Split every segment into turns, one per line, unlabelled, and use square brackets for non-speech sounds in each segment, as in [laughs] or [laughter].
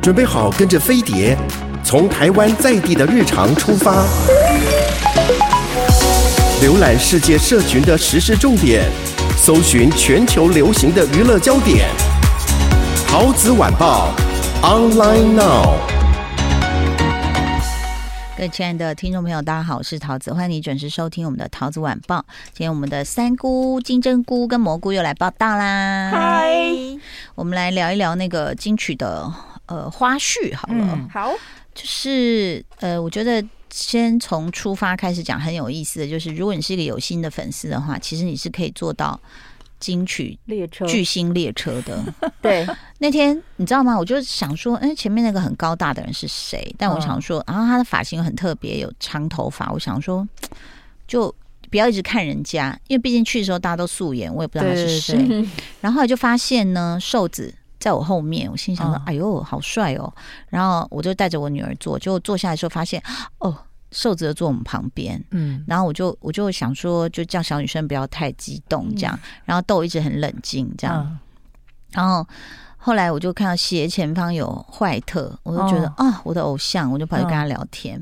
准备好跟着飞碟，从台湾在地的日常出发，浏览世界社群的时事重点，搜寻全球流行的娱乐焦点。桃子晚报，online now。
各位亲爱的听众朋友，大家好，我是桃子，欢迎你准时收听我们的桃子晚报。今天我们的三菇、金针菇跟蘑菇又来报道啦。
嗨，
我们来聊一聊那个金曲的呃花絮好了，
嗯
好，
就是呃，我觉得。先从出发开始讲，很有意思的就是，如果你是一个有心的粉丝的话，其实你是可以做到金曲
列车
巨星列车的。
对，
那天你知道吗？我就想说，哎、前面那个很高大的人是谁？但我
嗯
想说，然后他的发型又很特别，有长头发。我想说，就不要一直看人家，因为毕竟去的时候大家都素颜，我也不知道他是谁。
对
然后后来就发现呢，瘦子在我后面，我心想说，
嗯
哎呦，好帅哦。然后我就带着我女儿坐，就坐下来的时候发现，哦，瘦子就坐我们旁边。
嗯，
然后我就我就想说，就叫小女生不要太激
嗯
动这样。然后豆一直很冷静这样。
嗯
然后后来我就看到斜前方有坏特，我就觉得啊、
哦
我的偶像，我就跑去跟他聊天。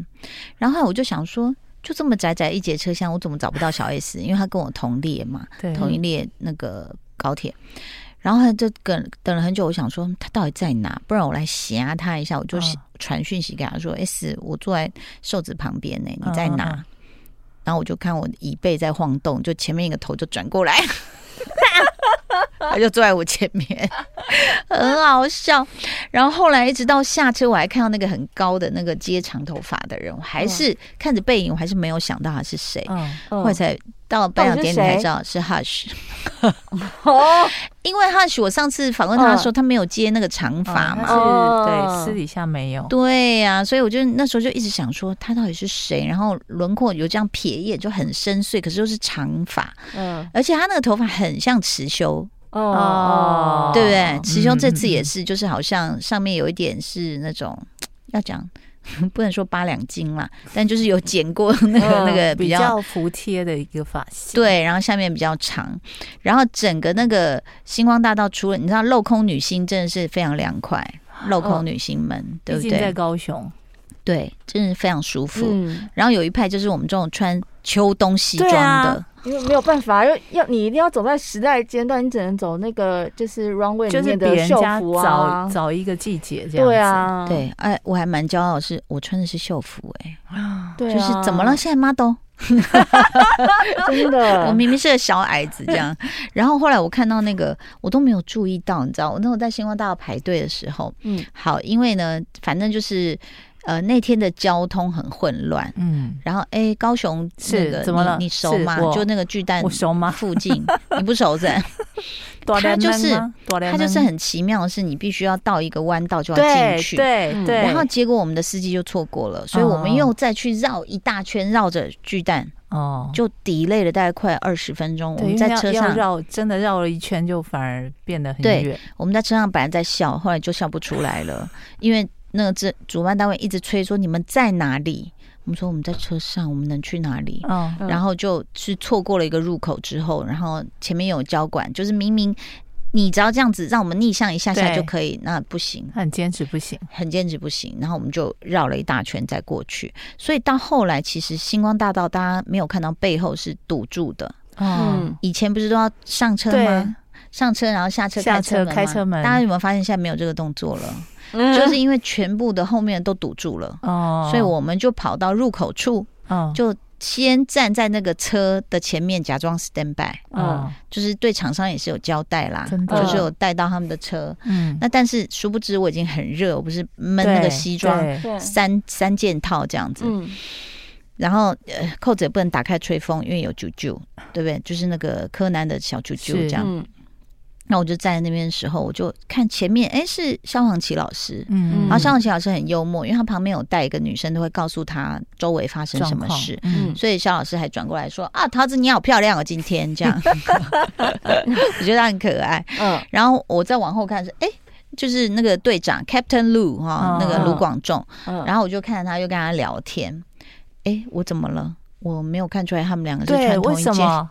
然后后来我就想说，就这么窄窄一节车厢，我怎么找不到小 S？因为他跟我同列嘛，
对，
同一列那个高铁。然后他就等等了很久，我想说他到底在哪？不然我来挟他一下，我就
嗯
传讯息给他说：“S，我坐在瘦子旁边呢，你在哪？”
嗯嗯嗯
然后我就看我的椅背在晃动，就前面一个头就转过来， [laughs] 他就坐在我前面，很好笑。然后后来一直到下车，我还看到那个很高的那个接长头发的人，我还是、看着背影，我还是没有想到他是谁。
嗯，
嗯
后来才到颁奖典礼
到底是
才
谁
知道是 Hush，
哦，
因为 Hush 我上次访问他的时候，他没有接那个长发嘛。
是，
哦
对，私底下没有，
对呀、所以我就那时候就一直想说他到底是谁，然后轮廓有这样瞥一眼就很深邃，可是又是长发，
嗯，
而且他那个头发很像持修，
哦，
哦对不对？持修
嗯
这次也是，就是好像上面有一点是那种要讲 [laughs] 不能说八两金啦，但就是有剪过那个、那个
比
比较
较服帖的一个发型，，
对，然后下面比较长，然后整个那个星光大道，除了你知道镂空女星真的是非常凉快，镂空
嗯
女星们，对
毕
不
竟在
对？
高雄，
对，真是非常舒服。
嗯，
然后有一派就是我们这种穿秋冬西
对
装的，
啊因为没有办法，要要你一定要走在时代尖端，你只能走那个就是 runway 里
就是
面
比
的
人
秀
家
服
早
啊，
早一个季节这样，
对，啊，
对，哎，我还蛮骄傲的是，我穿的是秀服、哎、
对啊，
就是怎么了？现在 model，
真的，
[laughs]
嗯
我明明是个小矮子这
[laughs]
样。然后后来我看到那个，我都没有注意到，你知道，我那时候在星光大道排队的时候，
嗯
好，因为呢，反正就是呃那天的交通很混乱。
嗯，
然后哎，诶高雄
是
那个
怎么了
你你熟
是
吗？
我
就那个巨蛋
我熟吗？
附近，你不熟
[laughs]
噻？他就是它就是很奇妙的是，你必须要到一个弯道就要
对
进去。
对
嗯
对，
然后结果我们的司机就错过了，所以我们
哦
又再去绕一大圈，绕着巨蛋
哦。
就 delay 了大概快二十分钟。我
对，因
们在
为要
车
要
上，
绕，真的绕了一圈，就反而变得很
对
远。
我们在车上本来在笑，后来就笑不出来了，因为那个这主办单位一直催说你们在哪里？我们说我们在车上，我们能去哪里？
嗯，
嗯
然后就是错过了一个入口之后，然后前面有交管，就是明明你只要这样子让我们逆向一下下
对
就可以，那不行，
他很坚持不行。
很坚持不行。然后我们就绕了一大圈再过去，所以到后来其实星光大道大家没有看到背后是堵住的，
嗯
嗯，
以前不是都要上车吗？上车，然后下车，
下
开车门
车
吗
开车门
大家有没有发现现在没有这个动作了？就
就是
因为全部的后面都堵住了，
哦，
所以我们就跑到入口处，
哦
就先站在那个车的前面假装 stand by，
哦
就是对厂商也是有交代啦，
真的
就是有带到他们的车。
嗯，
那但是殊不知我已经很热，我不是闷那个
对
西装。
对
对，
三三件套这样子，
嗯，
然后呃扣子也不能打开吹风，因为有啾啾，对不对？就是那个柯南的小啾啾
是
这样。
嗯
那我就站在那边的时候，我就看前面，哎，是萧煌奇老师。
嗯，
然后萧
像
煌奇老师很幽默，因为他旁边有带一个女生，都会告诉他周围发生什么事。
嗯，
所以肖老师还转过来说：“啊，桃子你好漂亮哦，今天这
[laughs]
样，我觉得她很可爱。
嗯”
然后我再往后看是，哎、就是那个队长 Captain Lu 哈、
哦
那个卢
哦
广仲。
嗯，
然后我就看着他，又跟他聊天。哎、我怎么了？我没有看出来他们两个是
对，
穿同
为
一
什
件。
么？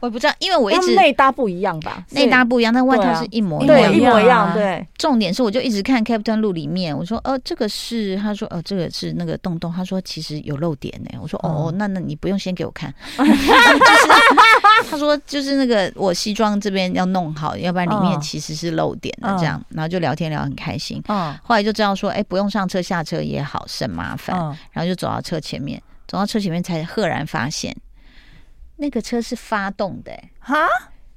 我不知道，因为我一
他们
直
内搭不一样吧？
内搭不一样，但外
对
套
啊
是一模
所以
一样
对
不
的。
一模一样，
啊
对
重点是，我就一直看 Captain 路里面，我说，呃，这个是，他说，呃，这个是那个洞洞，他说其实有漏点呢、我说，哦，
嗯
那那你不用先给我
[laughs]
看，就是他说就是那个我西装这边要弄好，要不然里面
嗯
其实是漏点的这样，然后就聊天聊得很开心，
嗯
后来就知道说，哎、不用上车下车也好，省麻烦，
嗯，
然后就走到车前面，走到车前面才赫然发现，那个车是发动的、欸，
哈，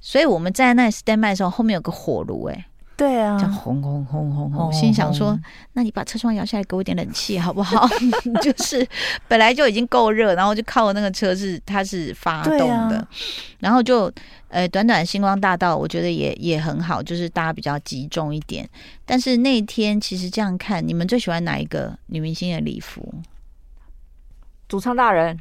所以我们在那 stand by 的时候，后面有个火炉，哎。
对啊
这，样轰轰轰轰轰，
轰
我哦心想
轰
说
轰，
那你把车窗摇下来，给我一点冷气好不好？就是本来就已经够热，然后就靠那个车是它是发
对
动
啊
的，然后就呃短短星光大道，我觉得也也很好，就是大家比较集中一点。但是那天其实这样看，你们最喜欢哪一个女明星的礼服？
主唱大人，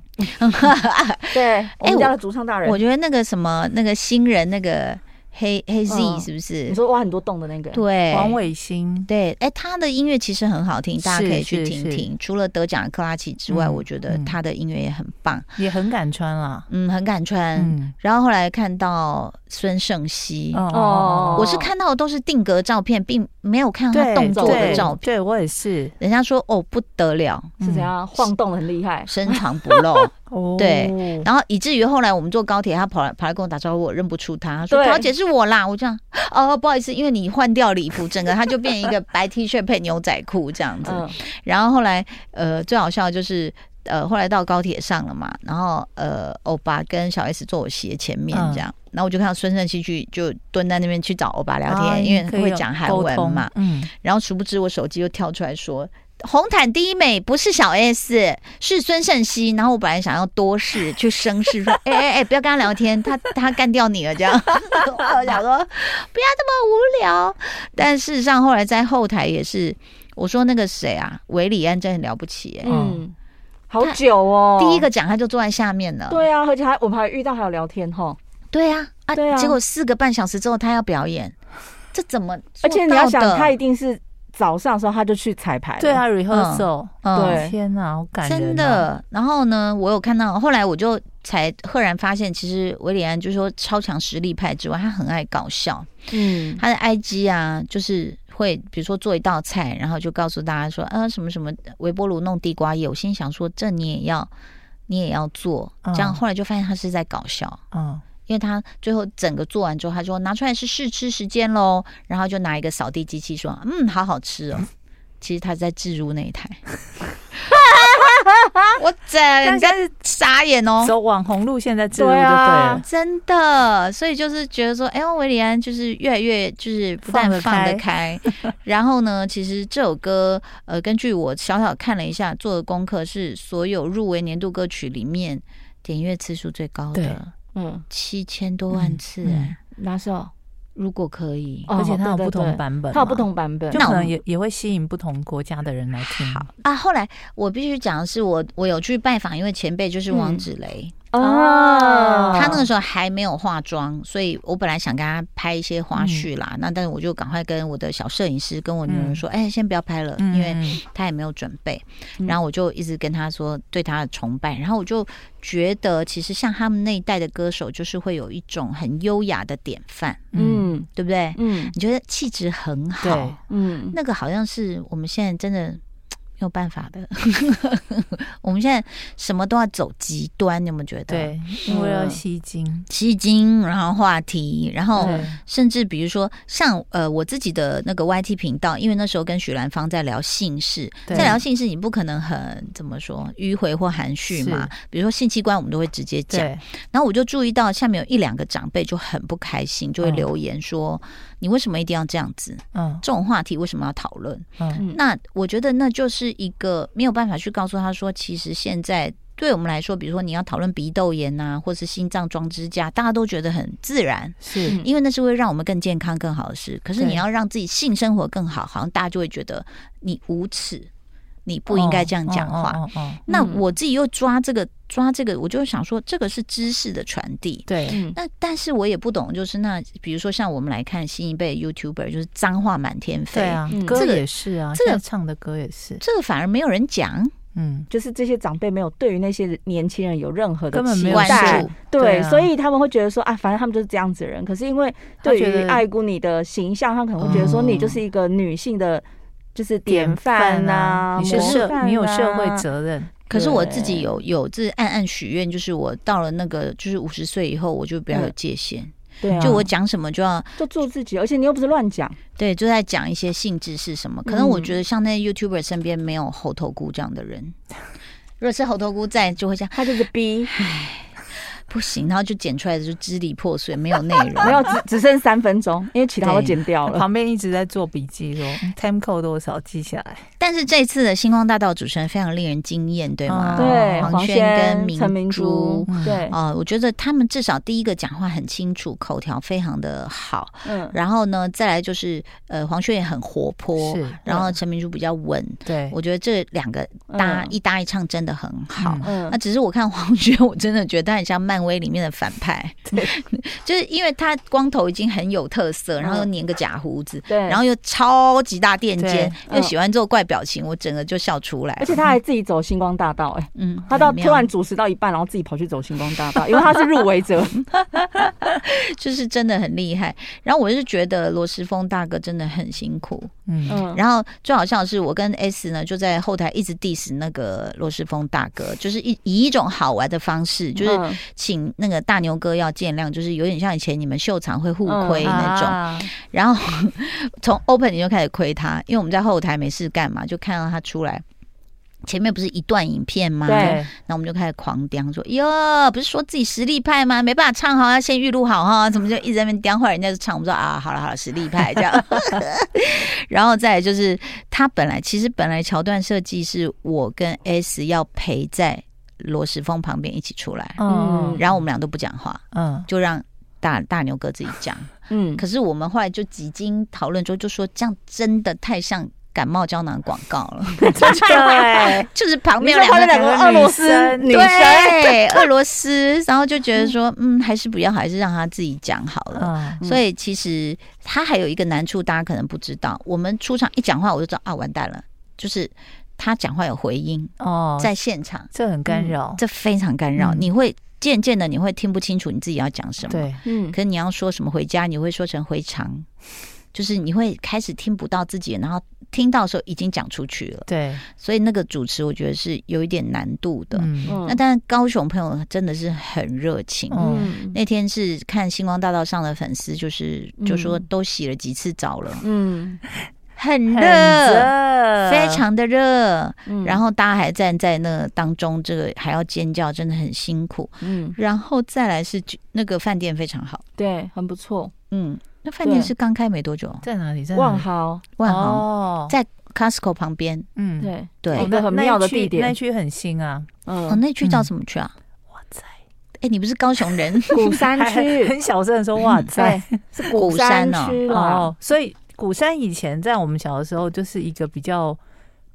对，我们家的主唱大人
我，觉得那个什么那个新人那个黑黑 Z
嗯
是不是
你？说挖很多洞的那个，
对，
王伟星，
对，哎、他的音乐其实很好听，大家可以
是
去
是
听
是
听。除了得奖的克拉奇之外，
嗯
我觉得
嗯
他的音乐也很棒，
也很敢穿啦，
嗯，很敢穿。
嗯，
然后后来看到孙盛熙，
哦
我是看到的都是定格照片，并没有看到他
对
动作的
对
照片。
对我也是，
人家说哦不得了，
是怎
嗯？
样晃动得很厉害，
深藏不
[laughs]
露，
哦
对，然后以至于后来我们坐高铁，他跑来跑来跟我打招呼，我认不出他，他说
对
桃姐是我啦，我这样哦不好意思，因为你换掉礼服，整个他就变一个白 T 恤配牛仔裤这样子，
嗯，
然后后来呃最好笑的就是。呃，后来到高铁上了嘛，然后呃，欧巴跟小 S 坐我斜前面
嗯
这样，然后我就看到孙盛熙去就蹲在那边去找欧巴聊天，
啊
因为
可以
会
有
讲韩
沟
文
通
嘛。
嗯，
然后殊不知我手机又跳出来说，红毯第一美不是小 S，是孙盛熙。然后我本来想要多事去生事说，哎哎哎，不要跟他聊天，他他干掉你了这样。 [laughs] 我想说不要这么无聊，但事实上后来在后台也是。我说那个谁啊，韦礼安真的很了不起耶、
嗯，好久哦。
第一个，讲他就坐在下面了。
对啊，而且还我们还遇到还有聊天哈，
对啊啊
对啊
结果四个半小时之后他要表演，这怎么做
而
到的？
且你要想，他一定是早上的时候他就去彩排了，
对，啊，rehearsal，
嗯
对
天哪，好感人啊，
真的。然后呢，我有看到，后来我就才赫然发现，其实维里安就说超强实力派之外，他很爱搞笑。
嗯，
他的 IG 啊，就是会比如说做一道菜，然后就告诉大家说，啊什么什么微波炉弄地瓜叶。我心想说，这你也要，你也要做。
嗯
这样后来就发现他是在搞笑。
嗯，
因为他最后整个做完之后，他说拿出来是试吃时间喽，然后就拿一个扫地机器说，嗯，好好吃哦。其实他在置入那一台， [laughs] 我整
但
个
是
傻眼
[laughs]
哦，
走网红路线在自如就对
对啊
了，
真的。所以就是觉得说，哎呦，维里安就是越来越就是不但放
放
得
[laughs]
得
开，然后呢，其实这首歌，呃，根据我小小看了一下做的功课，是所有入围年度歌曲里面点阅次数最高
对
的，
嗯，
七千多万次、哎。
嗯嗯
哪时候？
如果可以，
哦
而且它有
对对
不同
对
版本嘛，
他有不同版本
就，
那我
可能
们
也也会吸引不同国家的人来听。
啊，后来我必须讲的是我，我有去拜访一位前辈，就是王芷蕾，
哦，
她、那个时候还没有化妆，所以我本来想跟她拍一些花絮啦，那但是我就赶快跟我的小摄影师跟我女儿说，哎、先不要拍了，
嗯
因为她也没有准备。
嗯
然后我就一直跟她说对她的崇拜，然后我就觉得其实像他们那一代的歌手，就是会有一种很优雅的典范，
嗯，
嗯
对不对？
嗯
你觉得气质很好
对。
嗯，
那个好像是我们现在真的没有办法的， [laughs] 我们现在什么都要走极端，你有没有觉得？，
对，
嗯
因为要吸睛，
吸睛，然后话题，然后
对
甚至比如说像呃我自己的那个 YT 频道，因为那时候跟许兰芳在聊姓氏，在
对
聊姓氏，你不可能很怎么说迂回或含蓄嘛。比如说性器官，我们都会直接讲。
对，
然后我就注意到下面有一两个长辈就很不开心，就会
嗯
留言说：“你为什么一定要这样子？
嗯
这种话题为什么要讨论？”
嗯，
那我觉得那就是一个没有办法去告诉他说，其实现在对我们来说，比如说你要讨论鼻窦炎呐、或是心脏装支架，大家都觉得很自然，
是
嗯
因为那是会让我们更健康、更好的事。可是
对
你要让自己性生活更好，好像大家就会觉得你无耻，你不应该这样讲话。
哦，哦哦哦
那
嗯
我自己又抓这个抓这个，我就想说，这个是知识的传递。
对，
嗯
那但是我也不懂，就是那比如说像我们来看新一辈 YouTuber，就是脏话满天飞，
对啊
嗯，
歌
这个
也是啊，
这个
现在唱的歌也是，
这个反而没有人讲。
嗯，
就是这些长辈没有对于那些年轻人有任何的
根本
期
没有
关
待
注，
对，
对啊
所以他们哎会觉得说啊，反正他们就是这样子的人。可是因为
他
对
觉
于
得
爱姑你的形象，他可能会觉得说
嗯
你就是一个女性的，就是典范呐、
你是
模
社
范，啊
你有社会责任，
可是我自己有有自暗暗许愿，就是我到了那个就是五十岁以后，我就不要有界限，
嗯对啊，
就我讲什么就要
就做自己，而且你又不是乱讲，
对，就在讲一些性质是什么。可能我
嗯
觉得像那些 YouTuber 身边没有猴头菇这样的人，
[laughs]
如果是猴头菇在，就会这样
他就是逼， [laughs]
不行，然后就剪出来的就支离破碎，没有内容，
[laughs] 没有只只剩三分钟，因为其他都剪掉了。
旁边一直在做笔记说
嗯
time code 多少记下来，
但是这次的星光大道主持人非常令人惊艳，对吗？
嗯
对，
黄
黄
轩
轩
跟明
陈明
珠
珠，嗯哦对，
啊、我觉得他们至少第一个讲话很清楚，口条非常的好。
嗯，
然后呢，再来就是呃，黄轩也很活泼，
是
然后陈明珠比较稳。
对，
我觉得这两个搭、
嗯
一搭一唱真的很好。
嗯
嗯
那，只是我看黄轩，我真的觉得他很像漫威里面的反
[laughs]
派，就是因为他光头已经很有特色，然后又粘个假胡子，
嗯对，
然后又超级大垫肩，
对嗯
又喜欢做怪表情，我整个就笑出来
而。且他还自己走星光大道，哎。
嗯，
他到
很妙
突然主持到一半，然后自己跑去走星光大道，因为他是入围者。
就是真的很厉害。然后我是觉得罗时峰大哥真的很辛苦。
嗯，
嗯，
然后最好笑的是，我跟 S 呢就在后台一直 diss 那个罗时峰大哥，就是一以一种好玩的方式，就是
嗯
请那个大牛哥要见谅，就是有点像以前你们秀场会互亏
嗯
那种。
啊
然后 [laughs] 从 open 你就开始亏他，因为我们在后台没事干嘛，就看到他出来。前面不是一段影片吗？
对，
那我们就开始狂刁说：“哟，不是说自己实力派吗？没办法唱好，要先预录好哈，怎么就一直在那边刁？后来人家就唱，我们说啊，好了好了，实力派这样。 [laughs] 然后再来就是他本来其实本来桥段设计是我跟 S 要陪在罗时峰旁边一起出来，
哦
嗯
然后我们俩都不讲话，
嗯，
就让大大牛哥自己讲。
嗯，
可是我们后来就几经讨论之后，就说这样真的太像感冒胶囊广告了，
对，
[laughs] 就是旁
你
边
说
有两个
他们两个哦俄罗斯女生，
对
[laughs]
俄罗斯，然后就觉得说，嗯，还是不要好，还是让他自己讲好了。
嗯，
所以其实他还有一个难处，大家可能不知道。我们出场一讲话，我就知道啊，完蛋了，就是他讲话有回音，
哦，
在现场
这很干扰，
这非常干扰，
嗯
你会渐渐的你会听不清楚你自己要讲什么。
对，
嗯
可是你要说什么回家，你会说成回肠，就是你会开始听不到自己，然后听到的时候已经讲出去了，
对，
所以那个主持我觉得是有一点难度的。
嗯，
那
嗯哦
当然，高雄朋友真的是很热情。
嗯
那天是看星光大道上的粉丝，就是就说
嗯
都洗了几次澡了，
嗯
很
很
热，
热
非常的热。
嗯
然后大家还站在那个当中，这个还要尖叫，真的很辛苦。
嗯，
然后再来是那个饭店非常好，
对，很不错。
嗯，那饭店
对
是刚开没多久，
在哪里？在哪里
万豪，
万豪、
哦，
在 Costco 旁边，
嗯，
对，
对，
哦，
哦，
一个很
那
妙的
那一区
地点
那一区很新啊，
嗯，
那区叫什么区啊？
哇塞，
哎、你不是高雄人？
[laughs] 古山
还
[laughs]
很
区，
很小声的说哇塞
对，， [laughs] 是古山区啦。
哦，所以鼓山以前在我们小的时候就是一个比较。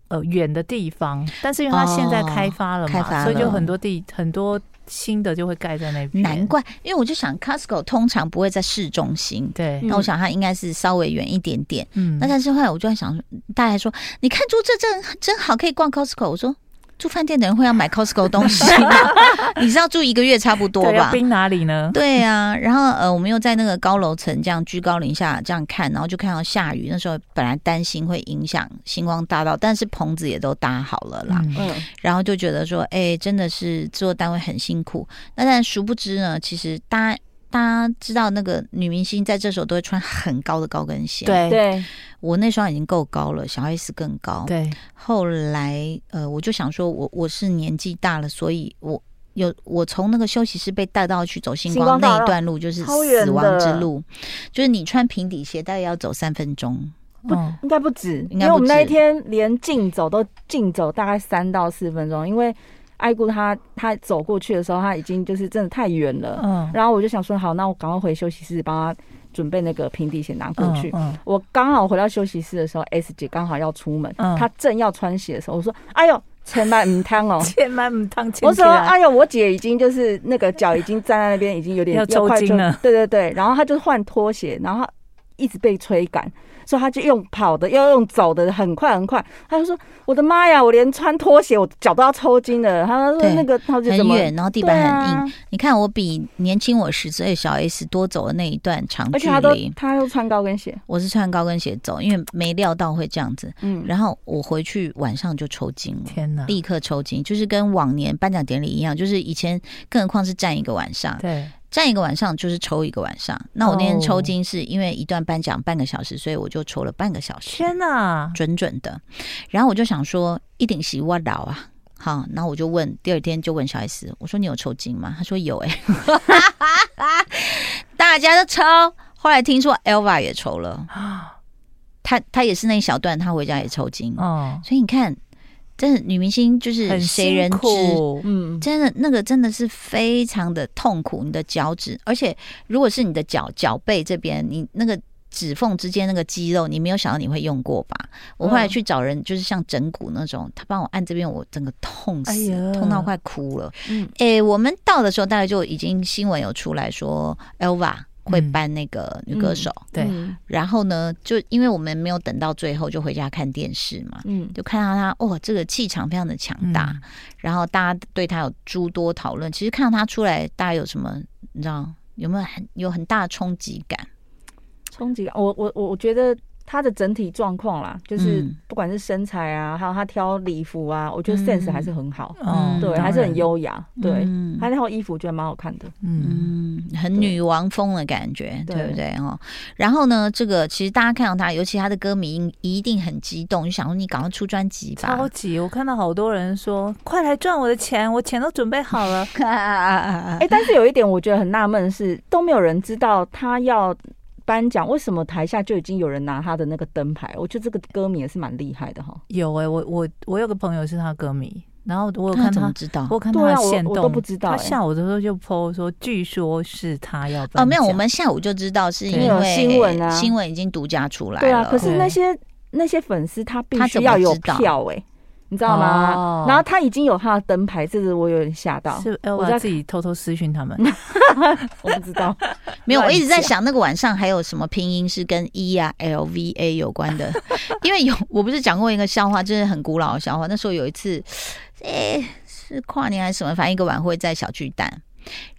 呃，远的地方，但是因为它现在开发了
哦开
嘛，
发了
所以就很多地很多新的就会盖在那边。
难怪，因为我就想 Costco 通常不会在市中心，
对，
嗯
那我想它应该是稍微远一点点。
嗯
那但是后来我就在想，大家还说你看住这真真好，可以逛 Costco。我说住饭店的人会要买 Costco 东西
[laughs]
吗？你知道住一个月差不多
对要
吧？
冰哪里呢？
对啊，然后呃，我们又在那个高楼层这样居高临下这样看，然后就看到下雨。那时候本来担心会影响星光大道，但是棚子也都搭好了啦，
嗯
嗯，
然后就觉得说，哎，真的是制作单位很辛苦。那但殊不知呢，其实大家大家知道那个女明星在这时候都会穿很高的高跟鞋，，
对
对，
我那双已经够高了，小 S 更高。
对，
后来呃，我就想说我我是年纪大了，所以我有我从那个休息室被带到去走星
星
光
光大
那
道
一段路，就是
超远
死亡之
的
路，就是你穿平底鞋大概要走三分钟。
不
应该不止，
应
因
该不止
为我们那一天连竞走都竞走大概三到四分钟，因为爱姑她她走过去的时候，她已经就是真的太远了。
嗯，
然后我就想说，好，那我赶快回休息室帮她准备那个平底鞋拿过去。
嗯
我刚好回到休息室的时候，S 姐刚好要出门，
嗯
她正要穿鞋的时候，我说：“哎呦，千万唔烫
[laughs]
哦
嗯！”千万不当
我说：“
啊
哎呦，我姐已经就是那个脚已经站在那边，已经有点
要抽
快
筋
抽
了
对对对，然后她就换拖鞋，然后。一直被催赶，所以他就用跑的，要用走的，很快很快。他就说：“我的妈呀，我连穿拖鞋，我脚都要抽筋了。”他说：“
对
那个他就
很
怎么？”
远，然后地
对
板很硬。
啊，
你看我比年轻我十岁的小 S 多走了那一段长
而
距
且他都
离，
他都穿高跟鞋，
我是穿高跟鞋走，因为没料到会这样子。
嗯，
然后我回去晚上就抽筋了。
天哪，
立刻抽筋，就是跟往年颁奖典礼一样，就是以前更何况是站一个晚上，
对，
站一个晚上就是抽一个晚上。那我那天
哦
抽筋是因为一段颁奖半个小时，所以我就抽了半个小时，
天哪，
准准的。然后我就想说，一顶洗我老啊。好，然后我就问，第二天就问小 S，我说你有抽筋吗？他说有、欸，
[laughs]
大家都抽。后来听说 Elva 也抽了，他他也是那一小段，他回家也抽筋。
哦，
所以你看，真的女明星就
很
是谁
辛
人知，
苦，
嗯，
真的那个真的是非常的痛苦。你的脚趾，而且如果是你的脚脚背这边，你那个指缝之间那个肌肉，你没有想到你会用过吧？我后来
嗯
去找人，就是像整骨那种，他帮我按这边，我整个痛
哎
死，
呀
痛到快哭了。
嗯
诶、我们到的时候，大概就已经新闻有出来说，Elva 会
嗯
颁那个女歌
嗯
手。
对
嗯
然后呢，就因为我们没有等到最后，就回家看电视嘛。
嗯，
就看到他哦，这个气场非常的强大，
嗯
然后大家对他有诸多讨论。其实看到他出来，大家有什么你知道有没有很有很大的冲击感？
冲击感，我我我我觉得。他的整体状况啦，就是
嗯
不管是身材啊，还有他挑礼服啊，我觉得
嗯
sense 还是很好，
哦，
嗯对，还是很优雅，对，
嗯
他那套衣服我觉得蛮好看的，
嗯，
嗯，很
对
女王风的感觉，对
对
不对哦？然后呢，这个其实大家看到他，尤其他的歌迷一定很激动，就想说你赶快出专辑吧
超。级，我看到好多人说，快来赚我的钱，我钱都准备好了，
哎
哎、但是有一点我觉得很纳闷的是，都没有人知道他要颁奖，为什么台下就已经有人拿他的那个灯牌？我觉得这个歌迷也是蛮厉害的哈。
[laughs] 有哎、我我我有个朋友是他歌迷，然后我有
那
看
怎
他
么，知道
我？有看他
对
的
啊，我
线
我
动，
都不知道、
他
哎
下午的时候就 PO 说，据说是他要
哦，
颁
没有，
奖
我们下午就知道是因
对
有
为
新闻啊
新闻已经独家出来了。
对啊，可是
对
那些那些粉丝他必
他怎
须
么
要有
知道
票哎、你知道吗？
哦
然后他已经有他的灯牌，这个我有点吓到，
是
我在
Elva 自己偷偷私讯他们，
我不知道。
没有，我
乱
一直在
讲
想那个晚上还有什么拼音是跟 E 啊、L V A 有关的，因为有我不是讲过一个笑话，就是很古老的笑话。那时候有一次，诶、是跨年还是什么，反正一个晚会在小巨蛋，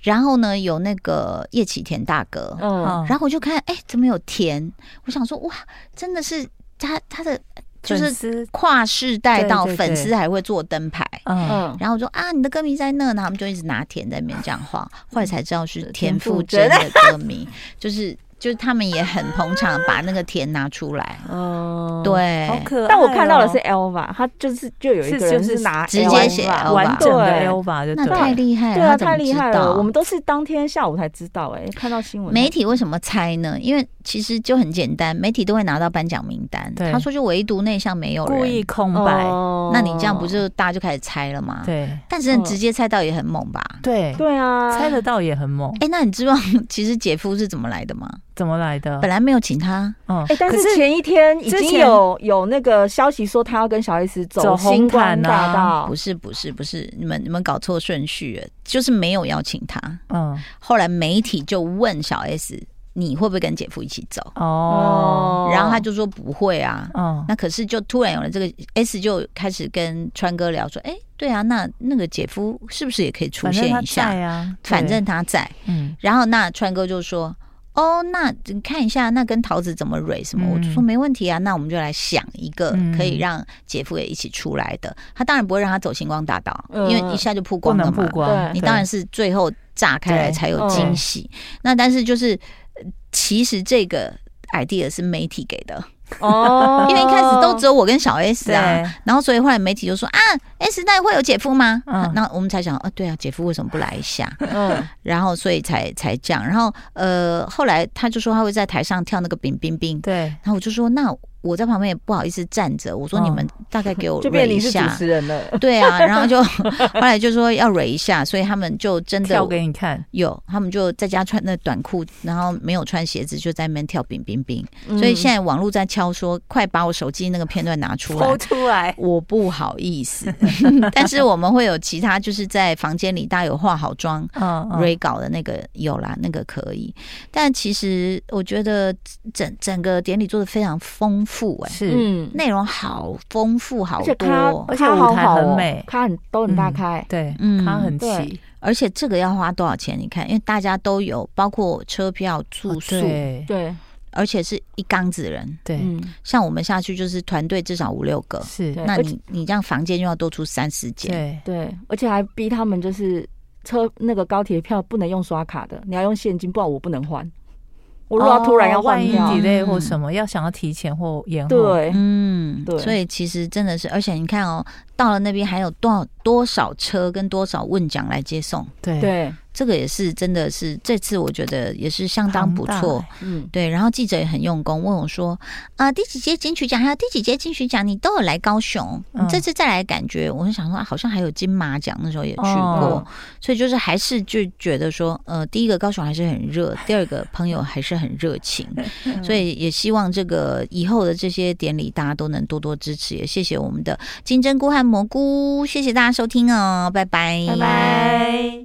然后呢有那个叶启田大哥，
嗯，
嗯
然后我就看，哎、怎么有田？我想说，哇，真的是他他的就是
粉丝
跨世代
对
到
对
粉
对
丝还会做灯牌。
嗯，
嗯，
然后我说啊，你的歌迷在那，然后他们就一直拿田在那边讲话，后来才知道是田馥甄的歌
[laughs]
迷，就是就是他们也很捧场，把那个田拿出来，
哦、
对，
好可爱哦，
但我看到的是 Elva，他就是就有一
是
个人
就是
是拿
直接写
Elva
完整的
对
Elva 就
那
对
太
了，
厉害了，
对啊，
他怎么
太
知
厉害
道
了！我们都是当天下午才知道、哎，看到新闻
媒体为什么猜呢？因为其实就很简单，媒体都会拿到颁奖名单，
对
他说就唯独那项没有人
故意，空白，
哦
那你这样不就大家就开始猜了吗？，
对
但是
嗯
直接猜到也很猛吧？
对，
对啊？
猜得到也很猛，
哎，那你知道 [laughs] 其实姐夫是怎么来的吗？
嗯
怎么来的
本？来没有请他，
嗯
哎、，但
可
是前一天已
之
经
前
有有那个消息说他要跟小 S
走红
星光
毯
大
啊
道
不，是不是不是，你们你们搞错顺序了，就是没有邀请他。
嗯
后来媒体就问小 S，你会不会跟姐夫一起走？
嗯
哦
然后他就说不会啊。
嗯
那可是就突然有了这个 S 就开始跟川哥聊说，哎、对啊，那那个姐夫是不是也可以出
反正他
现一下？
在啊，对
反正他在。
嗯
然后那川哥就说。哦，那你看一下，那跟桃子怎么蕊什么？我就说
嗯
没问题啊，那我们就来想一个
嗯
可以让姐夫也一起出来的。他当然不会让他走星光大道，
嗯
因为一下就曝
呃不
光了
能
嘛
曝。光，
对
你当然
是
是最后炸开来
对嗯
才有惊喜。那但是就是，呃其实这个 idea 是媒体给的，
哦
因为一开始都只有我跟小 S
对
啊，然后所以后来媒体就说啊，S 代会有姐夫吗？
嗯
那我们才想，哦、对啊，姐夫为什么不来一下？
嗯
然后所以才才这样。然后呃，后来他就说他会在台上跳那个冰冰冰，
对
然后我就说那我在旁边也不好意思站着，我说
嗯
你们哦大概给我 [laughs]
就变
蕊一
成你是主
下，
持人了。
对啊，然后就后来就说要蕊一下，所以他们就真的
跳给你看，
有，他们就在家穿那短裤，然后没有穿鞋子，就在那边跳冰冰冰。所
嗯
以现在网络在敲说，快把我手机那个片段拿出 [laughs] 来
抠。出来，
我不好意 [laughs] 思，但是我们会有其他，就是在房间里大家有化好妆、
嗯，嗯
re 搞的那个有啦，那个可以。但其实我觉得整整个典礼做的非常丰富、哎，
是，
嗯
内容好丰富，好
而且
多
咖
哦，
而且
咖
舞
好
台
好
很
哦
美
咖很都很大开，
对，
嗯
他很
对
齐，
而且这个要花多少钱？你看，因为大家都有，包括车票、住宿，
哦对
对，
而且是一缸子人。
对，
嗯，
像我们下去就是团队至少五六个，
是，
对
那
而且
你你这样房间又要多出三四间，
对，
对，而且还逼他们就是车那个高铁票不能用刷卡的，你要用现金，不然我不能换。我如果要突然要
哦万
换
一
票，
delay 或
嗯
什么，要想要提前或延后，
对，
嗯，
对
所以其实真的是，而且你看哦，到了那边还有多少多少车跟多少问奖来接送，
对
对，
这个也是真的是这次我觉得也是相当不
庞
错
大。
嗯，
对，然后记者也很用功，问我说：“啊、第几届金曲奖还有第几届金曲奖，你都有来高雄，
嗯
你这次再来的感觉？”我就想说，啊好像还有金马奖，那时候也去过，
哦
所以就是还是就觉得说，呃，第一个高雄还是很
[laughs]
热，第二个朋友还是很热情，
嗯
所以也希望这个以后的这些典礼大家都能多多支持，也谢谢我们的金针菇和蘑菇，谢谢大家收听哦，拜拜，
拜拜。